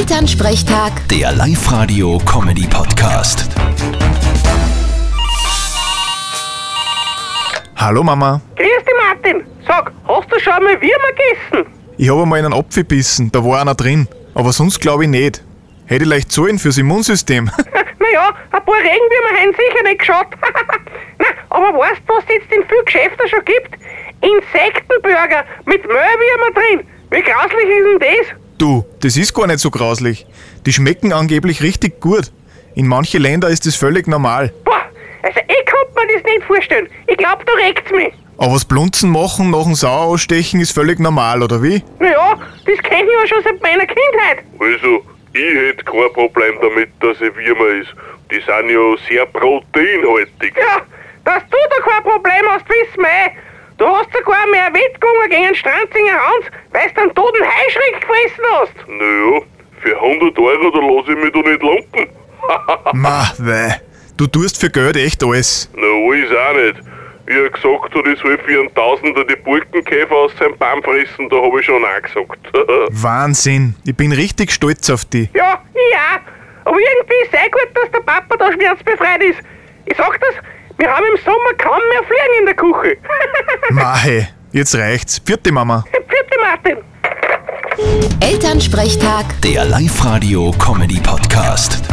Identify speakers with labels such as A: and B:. A: Elternsprechtag,
B: Der Live-Radio-Comedy-Podcast.
C: Hallo Mama,
D: Grüß dich, Martin. Sag, hast du schon mal Würmer gegessen?
C: ich habe mal einen Apfel gebissen, da war einer drin, aber sonst glaube ich nicht. Hätte ich leicht sollen fürs Immunsystem.
D: Naja, ein paar Regenwürmer haben sicher nicht geschaut. Na, aber weißt du, was es jetzt in vielen Geschäften schon gibt? Insektenburger mit Mehlwürmer drin. Wie grauslich ist denn das?
C: Du, das ist gar nicht so grauslich. Die schmecken angeblich richtig gut. In manche Länder ist das völlig normal.
D: Boah, also ich konnte mir das nicht vorstellen. Ich glaube, da regt's mich.
C: Aber das Blunzen machen nach dem Sauerausstechen ist völlig normal, oder wie?
D: Naja, das kenne ich ja schon seit meiner Kindheit.
E: Also, ich hätte kein Problem damit, dass er Würmer ist. Die sind ja sehr proteinhaltig.
D: Ja, dass du da kein Problem hast, wissen wir eh. Du hast sogar mehr Wettgungen gegen den Stranzinger Hans, weil du einen toten Heuschreck gefressen hast.
E: Naja, für 100 Euro, da lasse ich mich doch nicht lumpen.
C: Ma, weh. Du tust für Geld echt alles.
E: Na, alles auch nicht. Ich hab gesagt, du, ich soll für einen Tausender die Burkenkäfer aus seinem Baum fressen, da habe ich schon angesagt.
C: Wahnsinn. Ich bin richtig stolz auf dich.
D: Ja, ich auch. Aber irgendwie ist sehr gut, dass der Papa da schmerzbefreit ist. Ich sag das, wir haben im Sommer kaum mehr Fliegen in der Küche.
C: Ma, hey. Jetzt reicht's. Vierte Mama.
D: Vierte Martin.
A: Elternsprechtag.
B: Der Live-Radio-Comedy-Podcast.